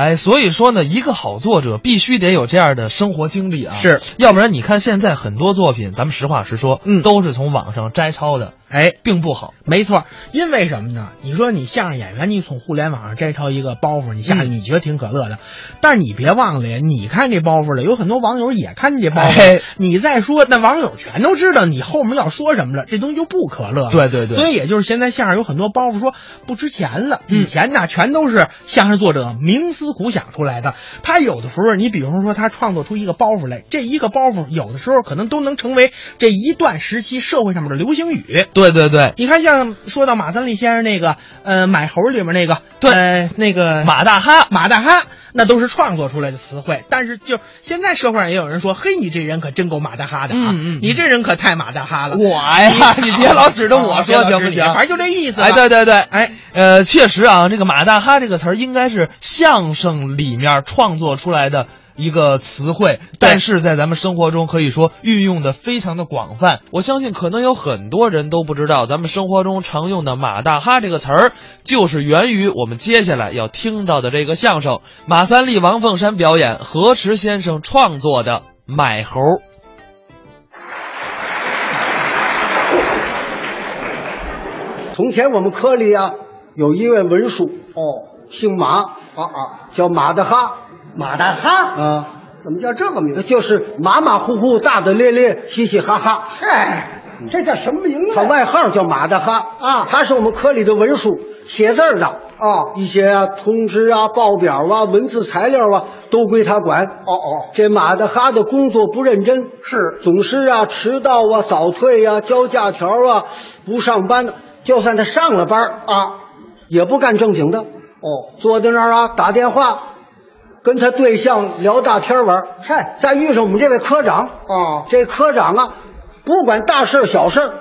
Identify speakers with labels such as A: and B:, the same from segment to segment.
A: 哎，所以说呢，一个好作者必须得有这样的生活经历啊，
B: 是，
A: 要不然你看现在很多作品，咱们实话实说，
B: 嗯
A: 都是从网上摘抄的，
B: 哎，
A: 并不好。
B: 没错，因为什么呢？你说你相声演员，你从互联网上摘抄一个包袱，你下来
A: 嗯
B: 你觉得挺可乐的，但是你别忘了呀，你看这包袱了，有很多网友也看你这包袱，
A: 哎
B: 你再说，那网友全都知道你后面要说什么了，这东西就不可乐了。
A: 对对对
B: 所以也就是现在相声有很多包袱说不值钱了，
A: 嗯
B: 以前呢全都是相声作者冥思苦想出来的。他有的时候，你比方说他创作出一个包袱来，这一个包袱有的时候可能都能成为这一段时期社会上面的流行语。
A: 对对对，
B: 你看，像说到马三立先生那个，呃，买猴里面那个，
A: 对
B: 呃那个
A: 马大哈，
B: 马大哈，那都是创作出来的词汇。但是就现在社会上也有人说，嘿，你这人可真够马大哈的啊，
A: 嗯嗯嗯
B: 你这人可太马大哈了。
A: 我呀，你别老指着我说
B: 啊哎别老
A: 行
B: 指
A: 不
B: 你
A: 行？
B: 反正就这意思吧。
A: 哎，对对对，
B: 哎，
A: 呃，确实啊，这个马大哈这个词儿应该是相声里面创作出来的一个词汇，但是在咱们生活中可以说运用的非常的广泛。我相信可能有很多人都不知道，咱们生活中常用的马大哈这个词儿，就是源于我们接下来要听到的这个相声，马三立、王凤山表演，何池先生创作的《买猴》。
C: 从前我们科里啊，有一位文书哦，姓马啊啊，叫马大哈
D: 马大哈，
C: 啊。怎么叫这个名字？就是马马虎虎、大大咧咧、嘻嘻哈哈。
D: 嗨，这叫什么名字？
C: 他外号叫马大哈
D: 啊
C: 他是我们科里的文书，写字儿的
D: 哦
C: 一些啊通知啊、报表啊、文字材料啊，都归他管。
D: 哦哦，
C: 这马大哈的工作不认真，
D: 是
C: 总是啊迟到啊、早退呀、交假条啊、不上班的。就算他上了班儿
D: 啊，
C: 也不干正经的，
D: 哦，
C: 坐在那儿啊打电话，跟他对象聊大天玩儿。
D: 嗨
C: 再遇上我们这位科长，
D: 哦
C: 这科长啊，不管大事儿小事儿，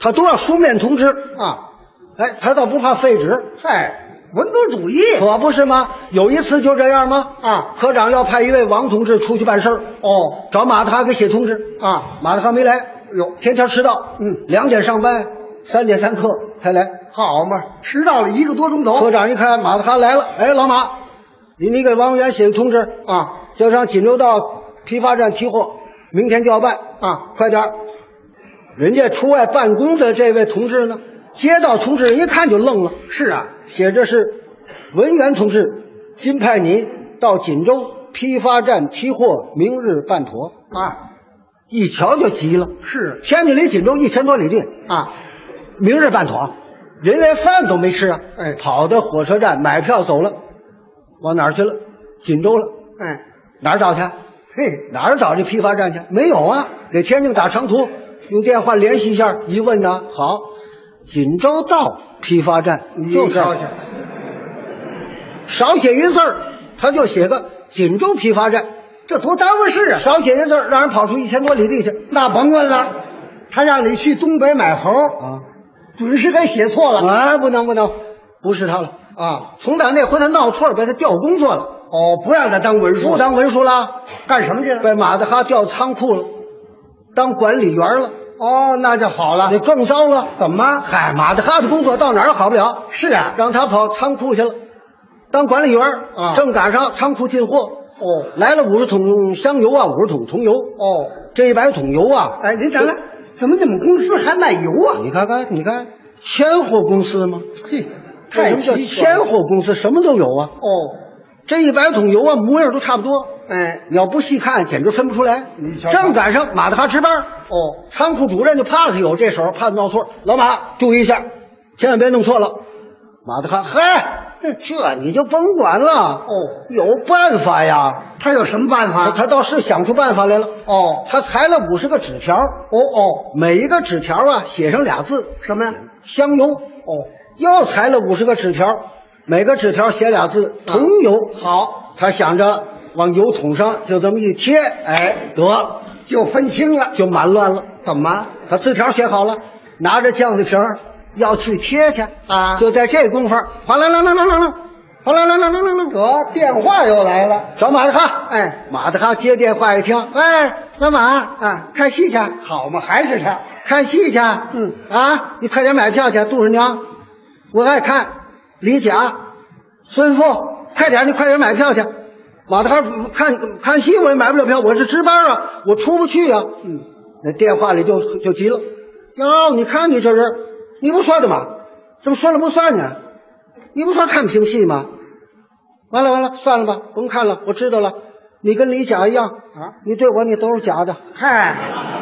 C: 他都要书面通知。
D: 啊，
C: 哎，他倒不怕废纸，
D: 嗨，文革主义
C: 可不是吗？有一次就这样吗？
D: 啊，
C: 科长要派一位王同志出去办事儿，
D: 哦
C: 找马大哈给写通知。
D: 啊，
C: 马大哈没来，
D: 哟，
C: 天天迟到。
D: 嗯，
C: 两点上班，三点三刻才来。
D: 好嘛，迟到了一个多钟头
C: 科长一看马大哈来了，哎，老马，你你给王源写个通知，
D: 啊
C: 就让锦州道批发站提货，明天就要办，
D: 啊，
C: 快点儿！人家出外办公的这位同志呢，接到通知一看就愣了，
D: 是啊，
C: 写着是文员同志，今派您到锦州批发站提货，明日办妥。
D: 啊
C: 一瞧就急了，
D: 是
C: 天津离锦州一千多里地，
D: 啊，
C: 明日办妥，人连饭都没吃啊！
D: 哎
C: 跑到火车站买票走了，往哪儿去了？锦州了，
D: 哎，
C: 哪儿找去？
D: 嘿，
C: 哪儿找这批发站去？没有啊，给天津打长途，用电话联系一下，一问呢，好，锦州道批发站，
D: 你
C: 就这
D: 瞧瞧
C: 儿，，少写一字儿，他就写个锦州批发站，
D: 这多耽误事啊！
C: 少写一字儿，让人跑出一千多里地去
D: 那甭问了，他让你去东北买猴，
C: 啊！
D: 准是给写错了
C: 哎，不能不能，不是他了。
D: 啊！
C: 从打那回他闹错，被他调工作了，
D: 哦，不让他当文书，
C: 不当文书了，
D: 干什么去了？
C: 被马大哈调仓库了，当管理员了，
D: 哦，那就好了
C: 那。更糟了。
D: 怎么？
C: 嗨，马大哈的工作到哪儿好不了，
D: 是啊，
C: 让他跑仓库去了，当管理员儿
D: 啊
C: 正赶上仓库进货，
D: 哦
C: 来了五十桶香油啊，五十桶桐油，
D: 哦。
C: 这一百桶油啊，
D: 哎，您等等，怎么你们公司还卖油啊？
C: 你看看，你看，千货公司吗？
D: 嘿，
C: 为
D: 太
C: 什么叫
D: 齐全
C: 千
D: 了
C: 货公司，什么都有啊。
D: 哦，
C: 这一百桶油啊，模样都差不多，
D: 哎，
C: 你要不细看，简直分不出来。
D: 你瞧瞧
C: 正赶上马大哈值班儿，
D: 哦，
C: 仓库主任就怕他有这手，怕他闹错。老马，注意一下，千万别弄错了。马大哈，嗨，这你就甭管了。
D: 嗯哦，
C: 有办法呀，
D: 他有什么办
C: 他
D: 法？
C: 他倒是想出办法来了。
D: 哦，
C: 他裁了五十个纸条，
D: 哦哦，
C: 每一个纸条啊写上俩字
D: 什么呀？
C: “香油
D: 哦，”，
C: 又裁了五十个纸条，每个纸条写俩字“桐油”
D: 啊好，
C: 他想着往油桶上就这么一贴，哎，得了
D: 就分清了。
C: 就蛮乱了。
D: 怎么？
C: 他字条写好了，拿着酱子瓶儿要去贴去
D: 啊
C: 就在这功夫，哗啦啦啦啦啦啦，哗啦啦啦啦啦啦，
D: 得，电话又来了。
C: 找马大哈，
D: 哎，
C: 马大哈接电话一听，哎，老马啊，看戏去，
D: 好嘛，还是他。
C: 看戏去，
D: 嗯
C: 啊，你快点买票去，杜十娘，我爱看李甲、孙富、快点，你快点买票去。马大哈看看戏我也买不了票，我是值班啊，我出不去啊。嗯，那电话里就就急了，哟，你看你这人，你不说的吗？怎么说了不算呢？你不说看评戏吗？完了完了，算了吧，甭看了，我知道了。你跟李甲一样
B: 啊，
C: 你对我你都是假的。
B: 嗨，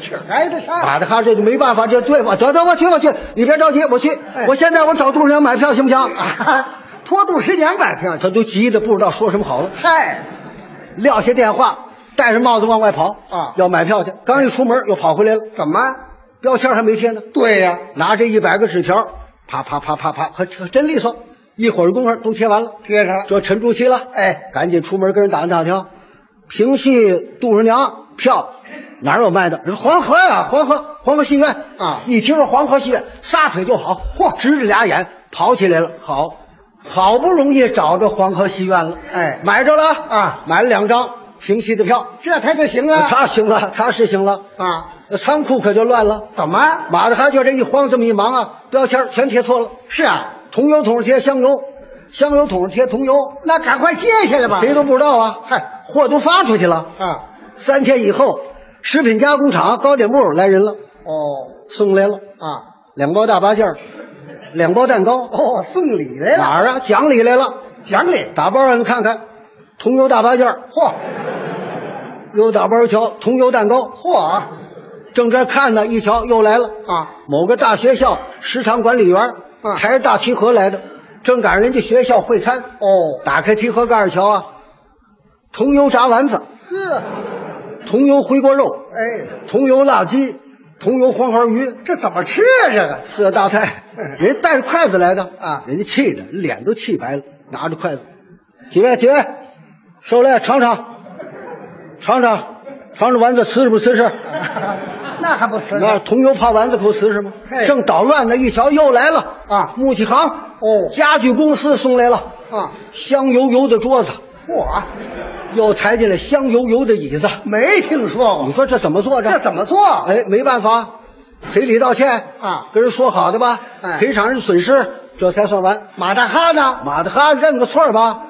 B: 这挨得上。
C: 马大哈这就没办法，这对我得得我去我去，你别着急，我去，我现在我找度娘买票行不行？
B: 哎啊拖动十年买票去。
C: 他都急得不知道说什么好了，
B: 嗨，
C: 撂下电话，戴着帽子往外跑
B: 啊
C: 要买票去。刚一出门又跑回来了，
B: 怎么？
C: 标签还没贴呢，
B: 对呀、
C: 拿着一百个纸条，啪啪啪啪啪，可可真利索，一会儿功夫都贴完了。
B: 贴上了。
C: 这沉住气了，
B: 哎，
C: 赶紧出门跟人打听打听，平戏杜十娘票哪儿有卖的？人说黄河呀、黄河黄河戏院
B: 啊
C: 一听说黄河戏院，撒腿就跑，嚯，直着俩眼跑起来了。好，好不容易找着黄河戏院了，
B: 哎
C: 买着了
B: 啊，
C: 买了两张平戏的票，
B: 这他就行了。
C: 他行了，他是行了，
B: 啊，
C: 那仓库可就乱了。
B: 怎么？
C: 马大哈就这一慌，这么一忙啊，标签儿全贴错了，
B: 是啊，
C: 桐油桶上贴香油，香油桶上贴桐油，
B: 那赶快接下来吧。
C: 谁都不知道啊。
B: 嗨
C: 货都发出去了，
B: 啊，
C: 三天以后，食品加工厂糕点部来人了，
B: 哦
C: 送来了
B: 啊，
C: 两包大八件儿，两包蛋糕，
B: 哦，送礼来了，
C: 哪儿啊？讲理来了，
B: 讲理。
C: 打包让你看看，桐油大八件儿，
B: 嚯
C: 又打包一瞧，桐油蛋糕，
B: 嚯
C: 正这看呢，一瞧又来了，
B: 啊，
C: 某个大学校食堂管理员
B: 嗯
C: 抬着大提盒来的，正赶上人家学校会餐，
B: 哦
C: 打开提盒盖儿瞧啊，桐油炸丸子，
B: 呵，
C: 桐油回锅肉，
B: 哎，
C: 桐油辣鸡，桐油黄花鱼，
B: 这怎么吃啊？这个
C: 四个大 菜，人家带着筷子来的
B: 啊
C: 人家气的脸都气白了，拿着筷子，几位几位，受累尝尝，尝尝，尝尝丸子瓷实不 瓷实？
B: 那还不吃呢
C: 那桐油泡丸子可不瓷实吗？
B: 嘿
C: 正捣乱呢，一瞧又来了
B: 啊
C: 木器行
B: 哦
C: 家具公司送来了
B: 啊？
C: 香油油的桌子，
B: 嚯，
C: 又抬进来香油油的椅子，
B: 没听说
C: 你
B: 过，
C: 说这怎么做着？
B: 这怎么做？
C: 哎，没办法，赔礼道歉
B: 啊
C: 跟人说好的吧，
B: 哎
C: 赔偿人损失，这才算完。
B: 马大哈呢？
C: 马大哈认个错儿吧，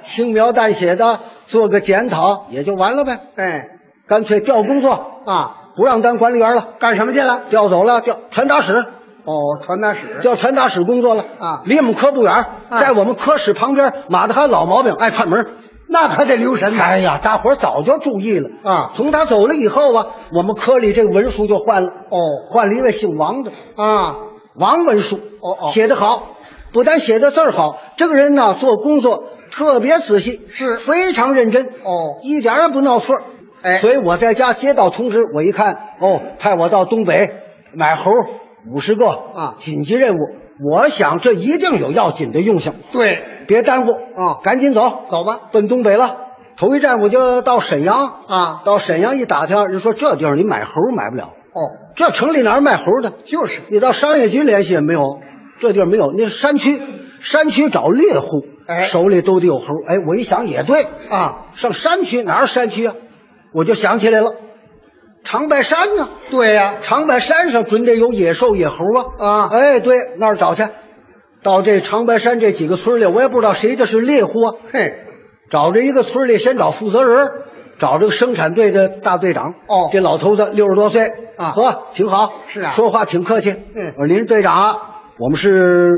C: 轻描淡写的做个检讨也就完了呗，
B: 哎
C: 干脆调工作，
B: 啊，
C: 不让当管理员了，
B: 干什么去了？
C: 调走了，调传达室，
B: 哦，传达室。
C: 调传达室工作了
B: 啊
C: 离我们科不远，在我们科室旁边。马大哈老毛病爱串门儿，
B: 那可得留神呐。
C: 哎呀，大伙儿早就注意了
B: 啊
C: 从他走了以后啊，我们科里这文书就换了，
B: 哦
C: 换了一位姓王的。
B: 啊，
C: 王文书，
B: 哦哦
C: 写得好，不但写的字儿好，这个人呢做工作特别仔细，
B: 是
C: 非常认真，
B: 哦
C: 一点儿也不闹错儿。
B: 哎
C: 所以我在家接到通知，我一看，哦，派我到东北买猴五十个
B: 啊
C: 紧急任务。我想这一定有要紧的用性，
B: 对，
C: 别耽误
B: 啊
C: 赶紧走，
B: 走吧。
C: 奔东北了。头一站我就到沈阳
B: 啊
C: 到沈阳一打听，人说这地儿你买猴买不了，
B: 哦，
C: 这城里哪儿卖猴的？
B: 就是
C: 你到商业局联系也没有，这地儿没有。那山区，山区找猎户，
B: 哎
C: 手里都得有猴。哎，我一想也对，
B: 啊，
C: 上山区哪是山区啊？我就想起来了，长白山呢、
B: 对呀、
C: 长白山上准得有野兽、野猴啊！
B: 啊
C: 哎，对，那儿找去。到这长白山这几个村里，我也不知道谁的是猎户啊。
B: 嘿，
C: 找这一个村里，先找负责人，找这个生产队的大队长。
B: 哦
C: 这老头子六十多岁
B: 啊
C: 呵，挺好。
B: 是啊
C: 说话挺客气。
B: 嗯
C: 我说您是队长啊，我们是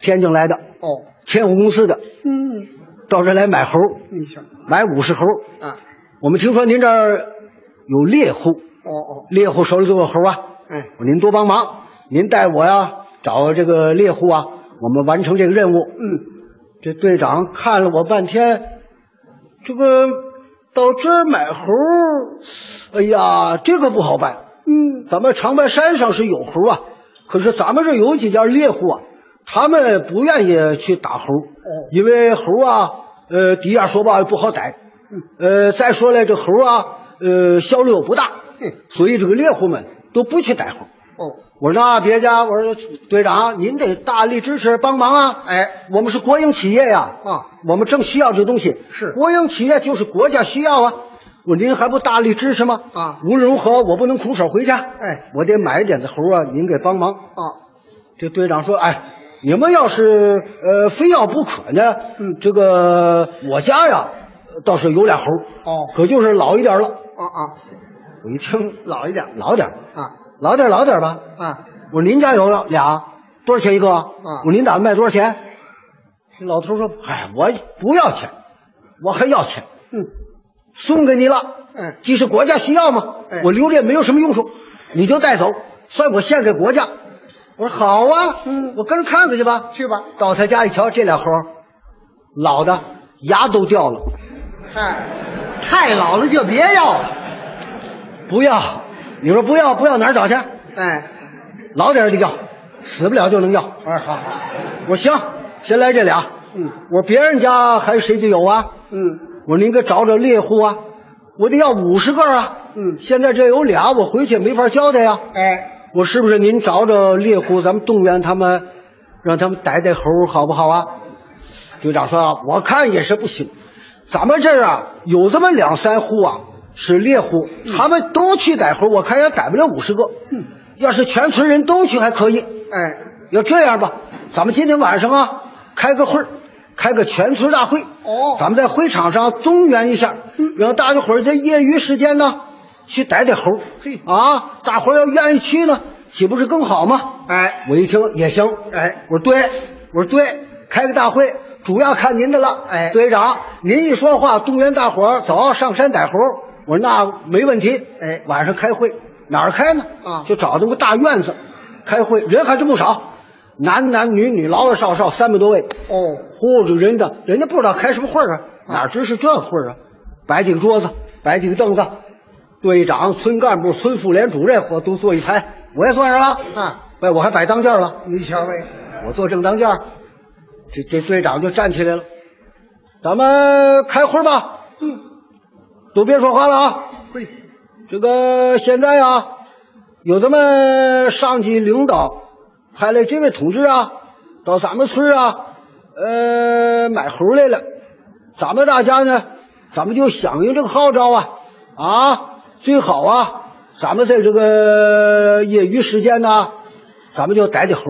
C: 天津来的，
B: 哦，
C: 千户公司的，
B: 嗯，
C: 到这儿来买猴，
B: 你想
C: 买五十猴。
B: 啊，
C: 我们听说您这儿有猎户，
B: 哦哦，
C: 猎户手里都有猴啊。
B: 哎，
C: 我说您多帮忙，您带我呀找这个猎户啊，我们完成这个任务。
B: 嗯，
C: 这队长看了我半天，这个到这儿买猴儿，哎呀，这个不好办。嗯，咱们长白山上是有猴啊，可是咱们这有几家猎户啊，他们不愿意去打猴，
B: 哦
C: 因为猴啊，呃，第一啊说吧不好逮，呃，再说了这猴啊，呃，销量又不大，
B: 嘿，
C: 所以这个猎户们都不去逮猴。
B: 哦，
C: 我说那别家，我说队长，您得大力支持帮忙啊！
B: 哎，
C: 我们是国营企业呀，
B: 啊，
C: 我们正需要这东西。
B: 是
C: 国营企业就是国家需要啊。我说您还不大力支持吗？
B: 啊
C: 无论如何我不能空手回家。
B: 哎，
C: 我得买一点子猴啊，您给帮忙。
B: 啊，
C: 这队长说，哎，你们要是呃非要不可呢，
B: 嗯
C: 这个我家呀倒是有俩猴，
B: 哦
C: 可就是老一点了。
B: 啊啊
C: 我一听
B: 老一点
C: 老点儿，
B: 啊
C: 老点儿老点儿吧。
B: 啊，
C: 我说您家有了俩，多少钱一个？啊我说您打算卖多少钱？这老头说：“哎，我不要钱，我还要钱，
B: 嗯
C: 送给你了。
B: 嗯
C: 既是国家需要嘛，
B: 哎
C: 我留着也没有什么用处，你就带走，算我献给国家。”我说：“好啊，
B: 嗯
C: 我跟着看看去吧。”
B: 去吧，
C: 到他家一瞧，这俩猴儿，老的牙都掉了，
B: 嗨，太老了就别要了，
C: 不要。你说不要不要哪儿找去？
B: 哎，
C: 老点儿就要，死不了就能要。
B: 哎好好，
C: 我说行，先来这俩。
B: 嗯
C: 我说别人家还谁就有啊？
B: 嗯
C: 我说您给找找猎户啊，我得要五十个啊。
B: 嗯
C: 现在这有俩，我回去没法交代呀、
B: 哎，
C: 我是不是您找找猎户，咱们动员他们，让他们逮逮猴儿好不好啊？队长说啊：“我看也是不行，咱们这儿啊有这么两三户啊是猎户，他们都去逮猴儿，我看也逮不了五十个。
B: 嗯
C: 要是全村人都去还可以。
B: 哎
C: 要这样吧，咱们今天晚上啊，开个会儿，开个全村大会。
B: 哦嗯
C: 咱们在会场上动员一下，让大家伙儿在业余时间呢去逮逮猴儿。
B: 嘿
C: 啊，大伙儿要愿意去呢，岂不是更好吗？
B: 哎
C: 我一听也行，
B: 哎，
C: 我说对，我说对，开个大会，主要看您的了。
B: 哎
C: 队长，您一说话，动员大伙儿走，上山逮猴。我说那没问题。
B: 哎
C: 晚上开会，哪儿开呢？
B: 啊
C: 就找那个大院子开会，人还真不少，男男女女，老老少少，三百多位。
B: 哦
C: 呼着人的，人家不知道开什么会儿啊，哪知是这会儿啊？摆几个桌子，摆几个凳子，队长、村干部、村妇联主任，我都坐一排，我也算上了。
B: 啊，
C: 哎，我还摆当间儿了，
B: 你瞧呗，
C: 我坐正当间儿，这这队长就站起来了，咱们开会吧，
B: 嗯，
C: 都别说话了啊。
B: 会，
C: 这个现在啊，有咱们上级领导派来这位同志啊，到咱们村啊，呃，买猴来了。咱们大家呢，咱们就响应这个号召啊，啊，最好啊，咱们在这个业余时间呢，咱们就逮逮猴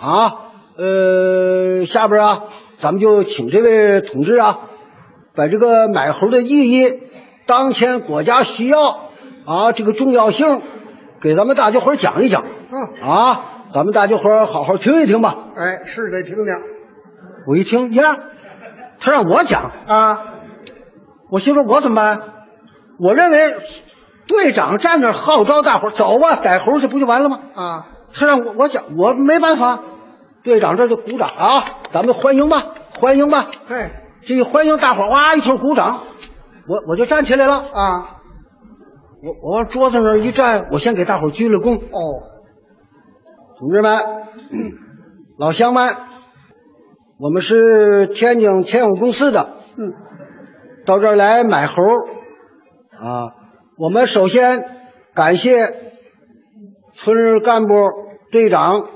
C: 啊。呃，下边啊，咱们就请这位同志啊，把这个买猴的意义、当前国家需要啊这个重要性，给咱们大家伙儿讲一讲
B: 嗯，
C: 啊，咱们大家伙儿好好听一听吧。
B: 哎，是得听听
C: 我一听呀，他让我讲，
B: 啊，
C: 我心说我怎么办？我认为队长站那儿号召大伙儿走吧，逮猴去不就完了吗？
B: 啊
C: 他让我我讲，我没办法。队长这就鼓掌啊，咱们欢迎吧，欢迎吧。
B: 嘿
C: 这一欢迎大伙儿哇一通鼓掌，我我就站起来了。
B: 啊
C: 我我往桌子那儿一站，我先给大伙儿鞠了躬，
B: 哦
C: 同志们、嗯老乡们，我们是天津天永公司的，
B: 嗯
C: 到这儿来买猴儿啊。我们首先感谢村干部、队长、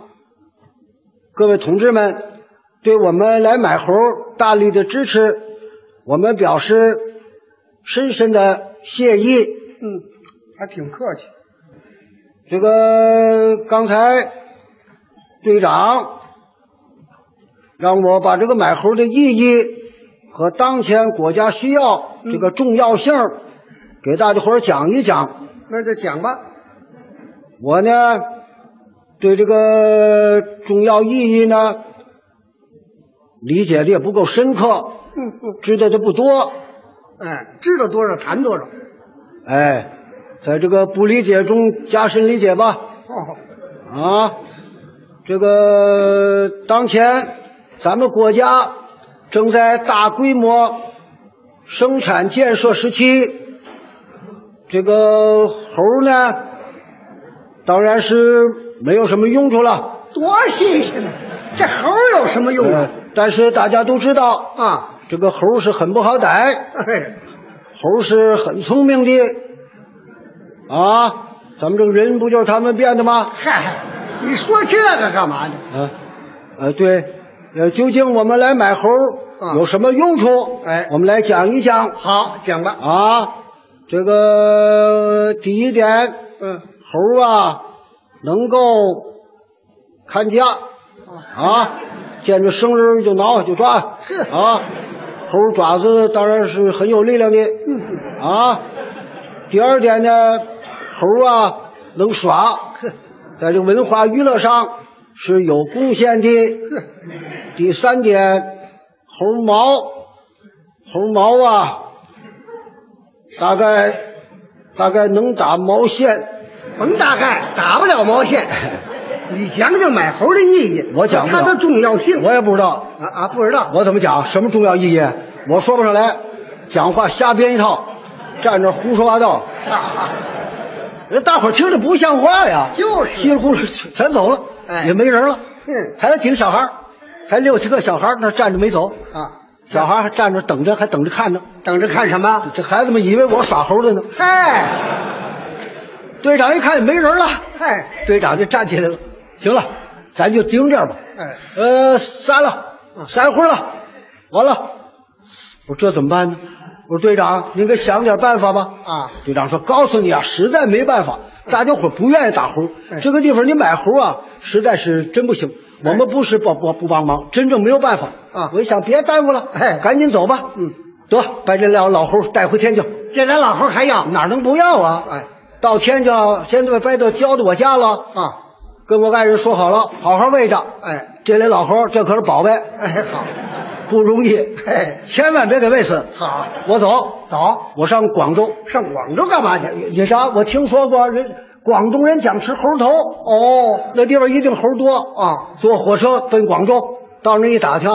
C: 各位同志们对我们来买猴儿大力的支持，我们表示深深的谢意。
B: 嗯，还挺客气，
C: 这个刚才队长让我把这个买猴的意义和当前国家需要这个重要性儿给大家伙儿讲一讲。
B: 那就讲吧，
C: 我呢，对这个重要意义呢，理解的也不够深刻，
B: 嗯嗯，
C: 知道的不多。
B: 哎，知道多少谈多少，
C: 哎，在这个不理解中加深理解吧。
B: 哦
C: 啊，这个当前咱们国家正在大规模生产建设时期，这个猴呢，当然是没有什么用处了。
B: 多新鲜呢！这猴儿有什么用
C: 呃
B: 啊？
C: 但是大家都知道，
B: 啊，
C: 这个猴是很不好逮，
B: 嘿，
C: 猴是很聪明的，啊，咱们这个人不就是他们变的吗？
B: 嗨，你说这个干嘛呢？
C: 啊，呃，对，呃，究竟我们来买猴
B: 啊
C: 有什么用处？
B: 哎
C: 我们来讲一讲
B: 好，讲吧。
C: 啊。这个第一点，
B: 嗯，
C: 猴啊能够看家啊，见着生人就挠就抓啊，猴爪子当然是很有力量的啊。第二点呢，猴啊能耍，在这文化娱乐上是有贡献的。第三点，猴毛，猴毛啊，大概大概能打毛线。
B: 甭大概打不了毛 线。你讲讲买猴的意义，
C: 我讲不了
B: 它的重要性。
C: 我也不知道，
B: 啊啊，不知道，
C: 我怎么讲什么重要意义，我说不上来，讲话瞎编一套，站着胡说 八道，人大伙儿听着不像话呀，
B: 就是
C: 稀里糊涂全走了，
B: 哎
C: 也没人了，
B: 嗯
C: 还有几个小孩儿，还六七个小孩儿那儿站着没走，
B: 啊，
C: 小孩儿还站着等着，还等着看呢，
B: 等着看什么？
C: 这孩子们以为我耍猴的呢，
B: 嗨
C: 队长一看也没人了，
B: 嗨，
C: 队长就站起来了，行了，咱就盯这儿吧，
B: 哎，
C: 呃，散了，散会儿了，完了。我说这怎么办呢？我说队长，您给想点办法吧。
B: 啊，
C: 队长说：“告诉你啊，实在没办法，大家伙不愿意打猴，
B: 哎
C: 这个地方你买猴啊，实在是真不行。我们不是不不不帮忙，真正没有办法
B: 啊
C: 我一想，别耽误了，哎，赶紧走吧。
B: 嗯，
C: 得把这俩老猴带回天津，
B: 这俩老猴还要
C: 哪能不要啊？
B: 哎，
C: 到天津现在把都交到我家了，
B: 啊？
C: 跟我爱人说好了，好好喂着。
B: 哎
C: 这类老猴，这可是宝贝。
B: 哎，好，
C: 不容易，
B: 哎
C: 千万别给喂死。
B: 好，
C: 我走，
B: 走
C: 我上广州。
B: 上广州干嘛去？
C: 你啥？我听说过人广东人讲吃猴头哦，那地方一定猴多
B: 啊。
C: 坐火车奔广州，到那一打听，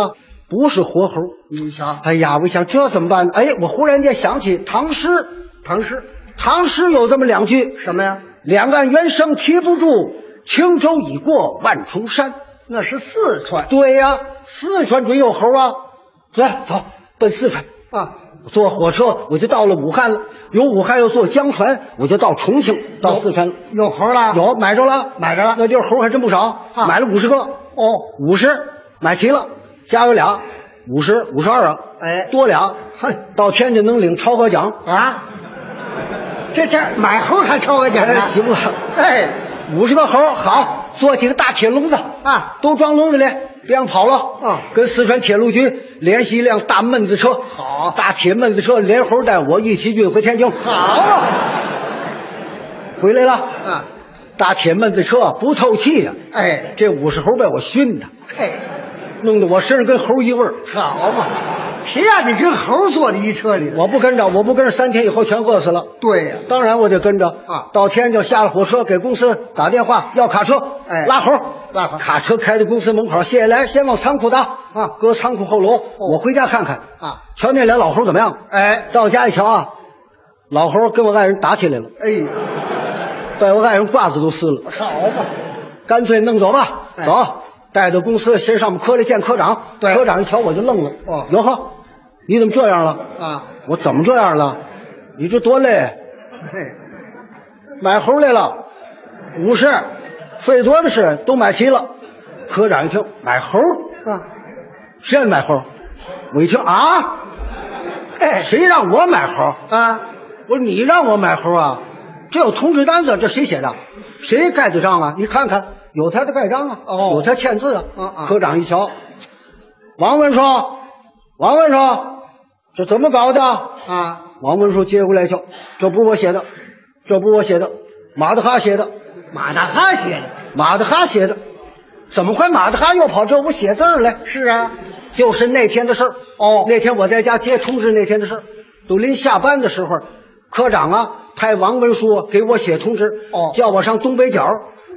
C: 不是活猴。
B: 你瞧，
C: 哎呀，我想这怎么办呢？哎，我忽然间想起唐诗，
B: 唐诗
C: 唐诗有这么两句：
B: 什么呀？
C: 两岸猿声啼不住，轻舟已过万重山。
B: 那是四川
C: 对呀、四川准有猴啊！来，走，奔四川。
B: 啊，
C: 坐火车我就到了武汉了，有武汉又坐江船，我就到重庆，到四川了。
B: 有猴了，
C: 有买着了，
B: 买着了
C: 那地儿猴还真不少，
B: 啊
C: 买了五十个，
B: 哦，
C: 五十买齐了，家有俩，五十五十二啊，
B: 哎
C: 多俩，
B: 嘿
C: 到天津能领超额奖，
B: 啊，这这买猴还超我奖
C: 哎
B: 呢，
C: 行了，
B: 哎
C: 五十个猴好，做几个大铁笼子
B: 啊，
C: 都装笼子里，别让跑了啊！跟四川铁路局联系一辆大闷子车，
B: 好
C: 大铁闷子车连猴带我一起运回天津，
B: 好啊，
C: 回来了
B: 啊，
C: 大铁闷子车不透气呀、
B: 哎
C: 这五十猴被我熏的，
B: 嘿，
C: 弄得我身上跟猴一味儿。
B: 好嘛，谁让你跟猴坐在一车里？
C: 我不跟着，我不跟着，三天以后全饿死了。
B: 对呀，
C: 当然我得跟着
B: 啊
C: 到天就下了火车，给公司打电话要卡车，
B: 哎
C: 拉猴，
B: 拉猴
C: 卡车开到公司门口，谢谢来，先往仓库搭
B: 啊
C: 搁仓库后楼，我回家看看
B: 啊，
C: 瞧那俩老猴怎么样？
B: 哎
C: 到家一瞧啊，老猴跟我爱人打起来了，
B: 哎，
C: 把我爱人褂子都撕了。
B: 好嘛。
C: 干脆弄走吧，
B: 哎
C: 走，带到公司，先上我们科里见科长。
B: 对
C: 科长一瞧我就愣了，
B: 哦
C: 哟呵，你怎么这样了？
B: 啊，
C: 我怎么这样了？你这多累，
B: 嘿，
C: 买猴来了，五十，费多的是，都买齐了。科长一听买猴，
B: 啊，
C: 谁让你买猴？我一听啊，
B: 哎，
C: 谁让我买猴？
B: 啊，
C: 我说你让我买猴啊？这有通知单子，这谁写的？谁盖的章啊？你看看，有他的盖章啊，
B: 哦
C: 有他签字啊。
B: 嗯嗯
C: 科长一瞧，王文书，王文书，这怎么搞的？
B: 啊，
C: 王文书接过来一瞧，这不是我写的，这不是我写的，马德哈写的，
B: 马大哈写的，
C: 马德哈写的，怎么会马德哈又跑这屋写字儿来？
B: 是啊，
C: 就是那天的事儿。
B: 哦
C: 那天我在家接通知那天的事儿，都临下班的时候，科长啊派王文书给我写通知，
B: 哦
C: 叫我上东北角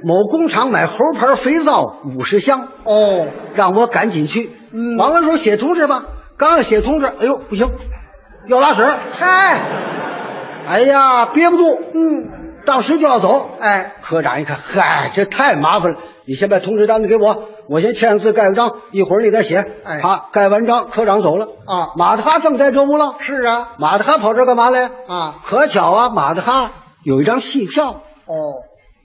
C: 某工厂买猴牌肥皂五十箱，
B: 哦，
C: 让我赶紧去。
B: 嗯
C: 王文书写通知吧，刚要写通知，哎呦不行，要拉屎，
B: 嗨，
C: 哎呀憋不住，
B: 嗯，
C: 当时就要走。
B: 哎，
C: 科长一看，嗨，这太麻烦了，你先把通知单子给我，我先签个字盖个章，一会儿你再写。
B: 哎
C: 好，盖完章，科长走了。
B: 啊
C: 马德哈正在这屋了，
B: 是啊，
C: 马德哈跑这儿干嘛来？
B: 啊，
C: 可巧啊，马德哈有一张戏票，
B: 哦，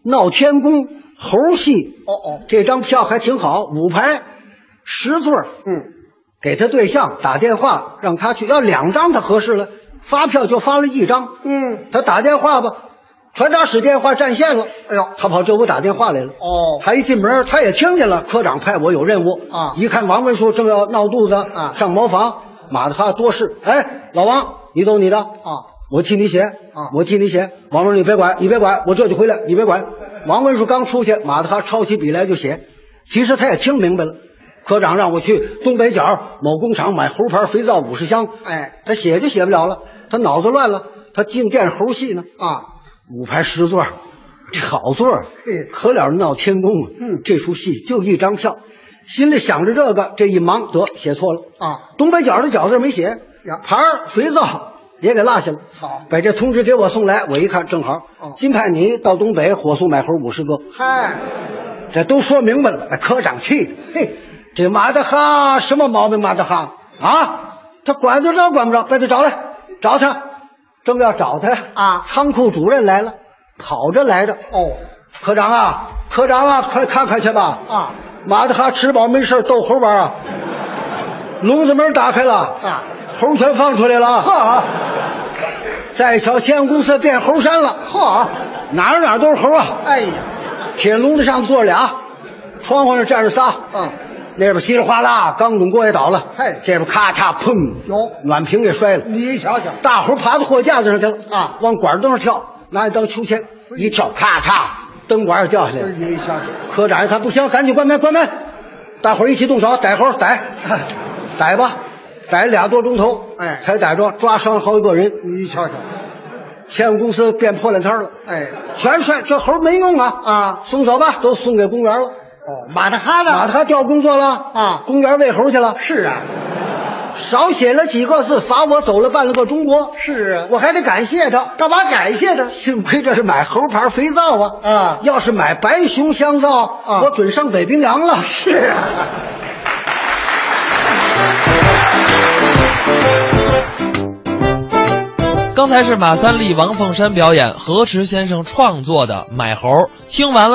C: 闹天宫猴戏，
B: 哦哦，
C: 这张票还挺好，五排，十座儿，
B: 嗯，
C: 给他对象打电话让他去，要两张他合适了，发票就发了一张，
B: 嗯，
C: 他打电话吧，传达室电话占线了，
B: 哎呦
C: 他跑这屋打电话来了。
B: 哦，
C: 他一进门，他也听见了，科长派我有任务
B: 啊
C: 一看王文书正要闹肚子
B: 啊
C: 上茅房，马大哈多事。哎，老王，你走你的啊，我替你写
B: 啊
C: 我替你写。王文，你别管，你别管，我这就回来，你别管。王文书刚出去，马大哈抄起笔来就写。其实他也听明白了，科长让我去东北角某工厂买猴牌肥皂五十箱。
B: 哎，
C: 他写就写不了了，他脑子乱了，他净惦着猴戏呢。
B: 啊，
C: 五排十座，这好座儿啊
B: 嗯，
C: 可了闹天宫了。
B: 嗯
C: 这出戏就一张票，心里想着这个，这一忙得写错了
B: 啊。
C: 东北角的角字没写
B: 呀，
C: 牌儿肥皂也给落下了。
B: 好，
C: 把这通知给我送来，我一看正好
B: 哦，
C: 金派你到东北火速买猴五十个，
B: 嗨，
C: 这都说明白了，把科长气的，嘿，这马德哈什么毛病？马德哈啊，他管得着管不着？把他找来，找他，正要找他
B: 啊
C: 仓库主任来了，跑着来的。
B: 哦，
C: 科长啊，科长啊，快看看去吧！
B: 啊，
C: 马德哈吃饱没事儿逗猴玩儿啊，笼子门打开了啊，猴全放出来了啊。
B: 呵，
C: 再瞧，千公司变猴山了，嚯，哪儿哪儿都是猴啊！
B: 哎呀，
C: 铁笼子上坐着俩，窗户上站着仨，
B: 嗯，
C: 那边稀里哗啦，钢筒锅也倒了，
B: 嘿
C: 这边咔嚓砰，
B: 哟
C: 暖瓶给摔了，
B: 你瞧瞧，
C: 大伙儿爬到货架子上去了
B: 啊
C: 往管灯上跳，拿你当秋千，一跳咔嚓，灯管儿也掉下来了。
B: 你瞧瞧，
C: 科长一看不行，赶紧关门，关门！大伙儿一起动手逮猴，逮，逮吧，逮俩多钟头，
B: 哎
C: 才逮着，抓伤好几个人。
B: 你瞧瞧，
C: 千公司变破烂摊儿了，
B: 哎，
C: 全摔，这猴没用啊
B: 啊
C: 送走吧，都送给公园了。
B: 哦，马大哈呢？
C: 马他调工作了
B: 啊
C: 公园喂猴去了，
B: 是啊，
C: 少写了几个字，罚我走了半个中国。
B: 是啊，
C: 我还得感谢他，
B: 干嘛感谢他？
C: 幸亏这是买猴牌肥皂啊！
B: 啊
C: 要是买白熊香皂，
B: 啊
C: 我准上北冰洋了。
B: 是啊，
A: 刚才是马三立、王凤山表演，何池先生创作的《买猴》。听完了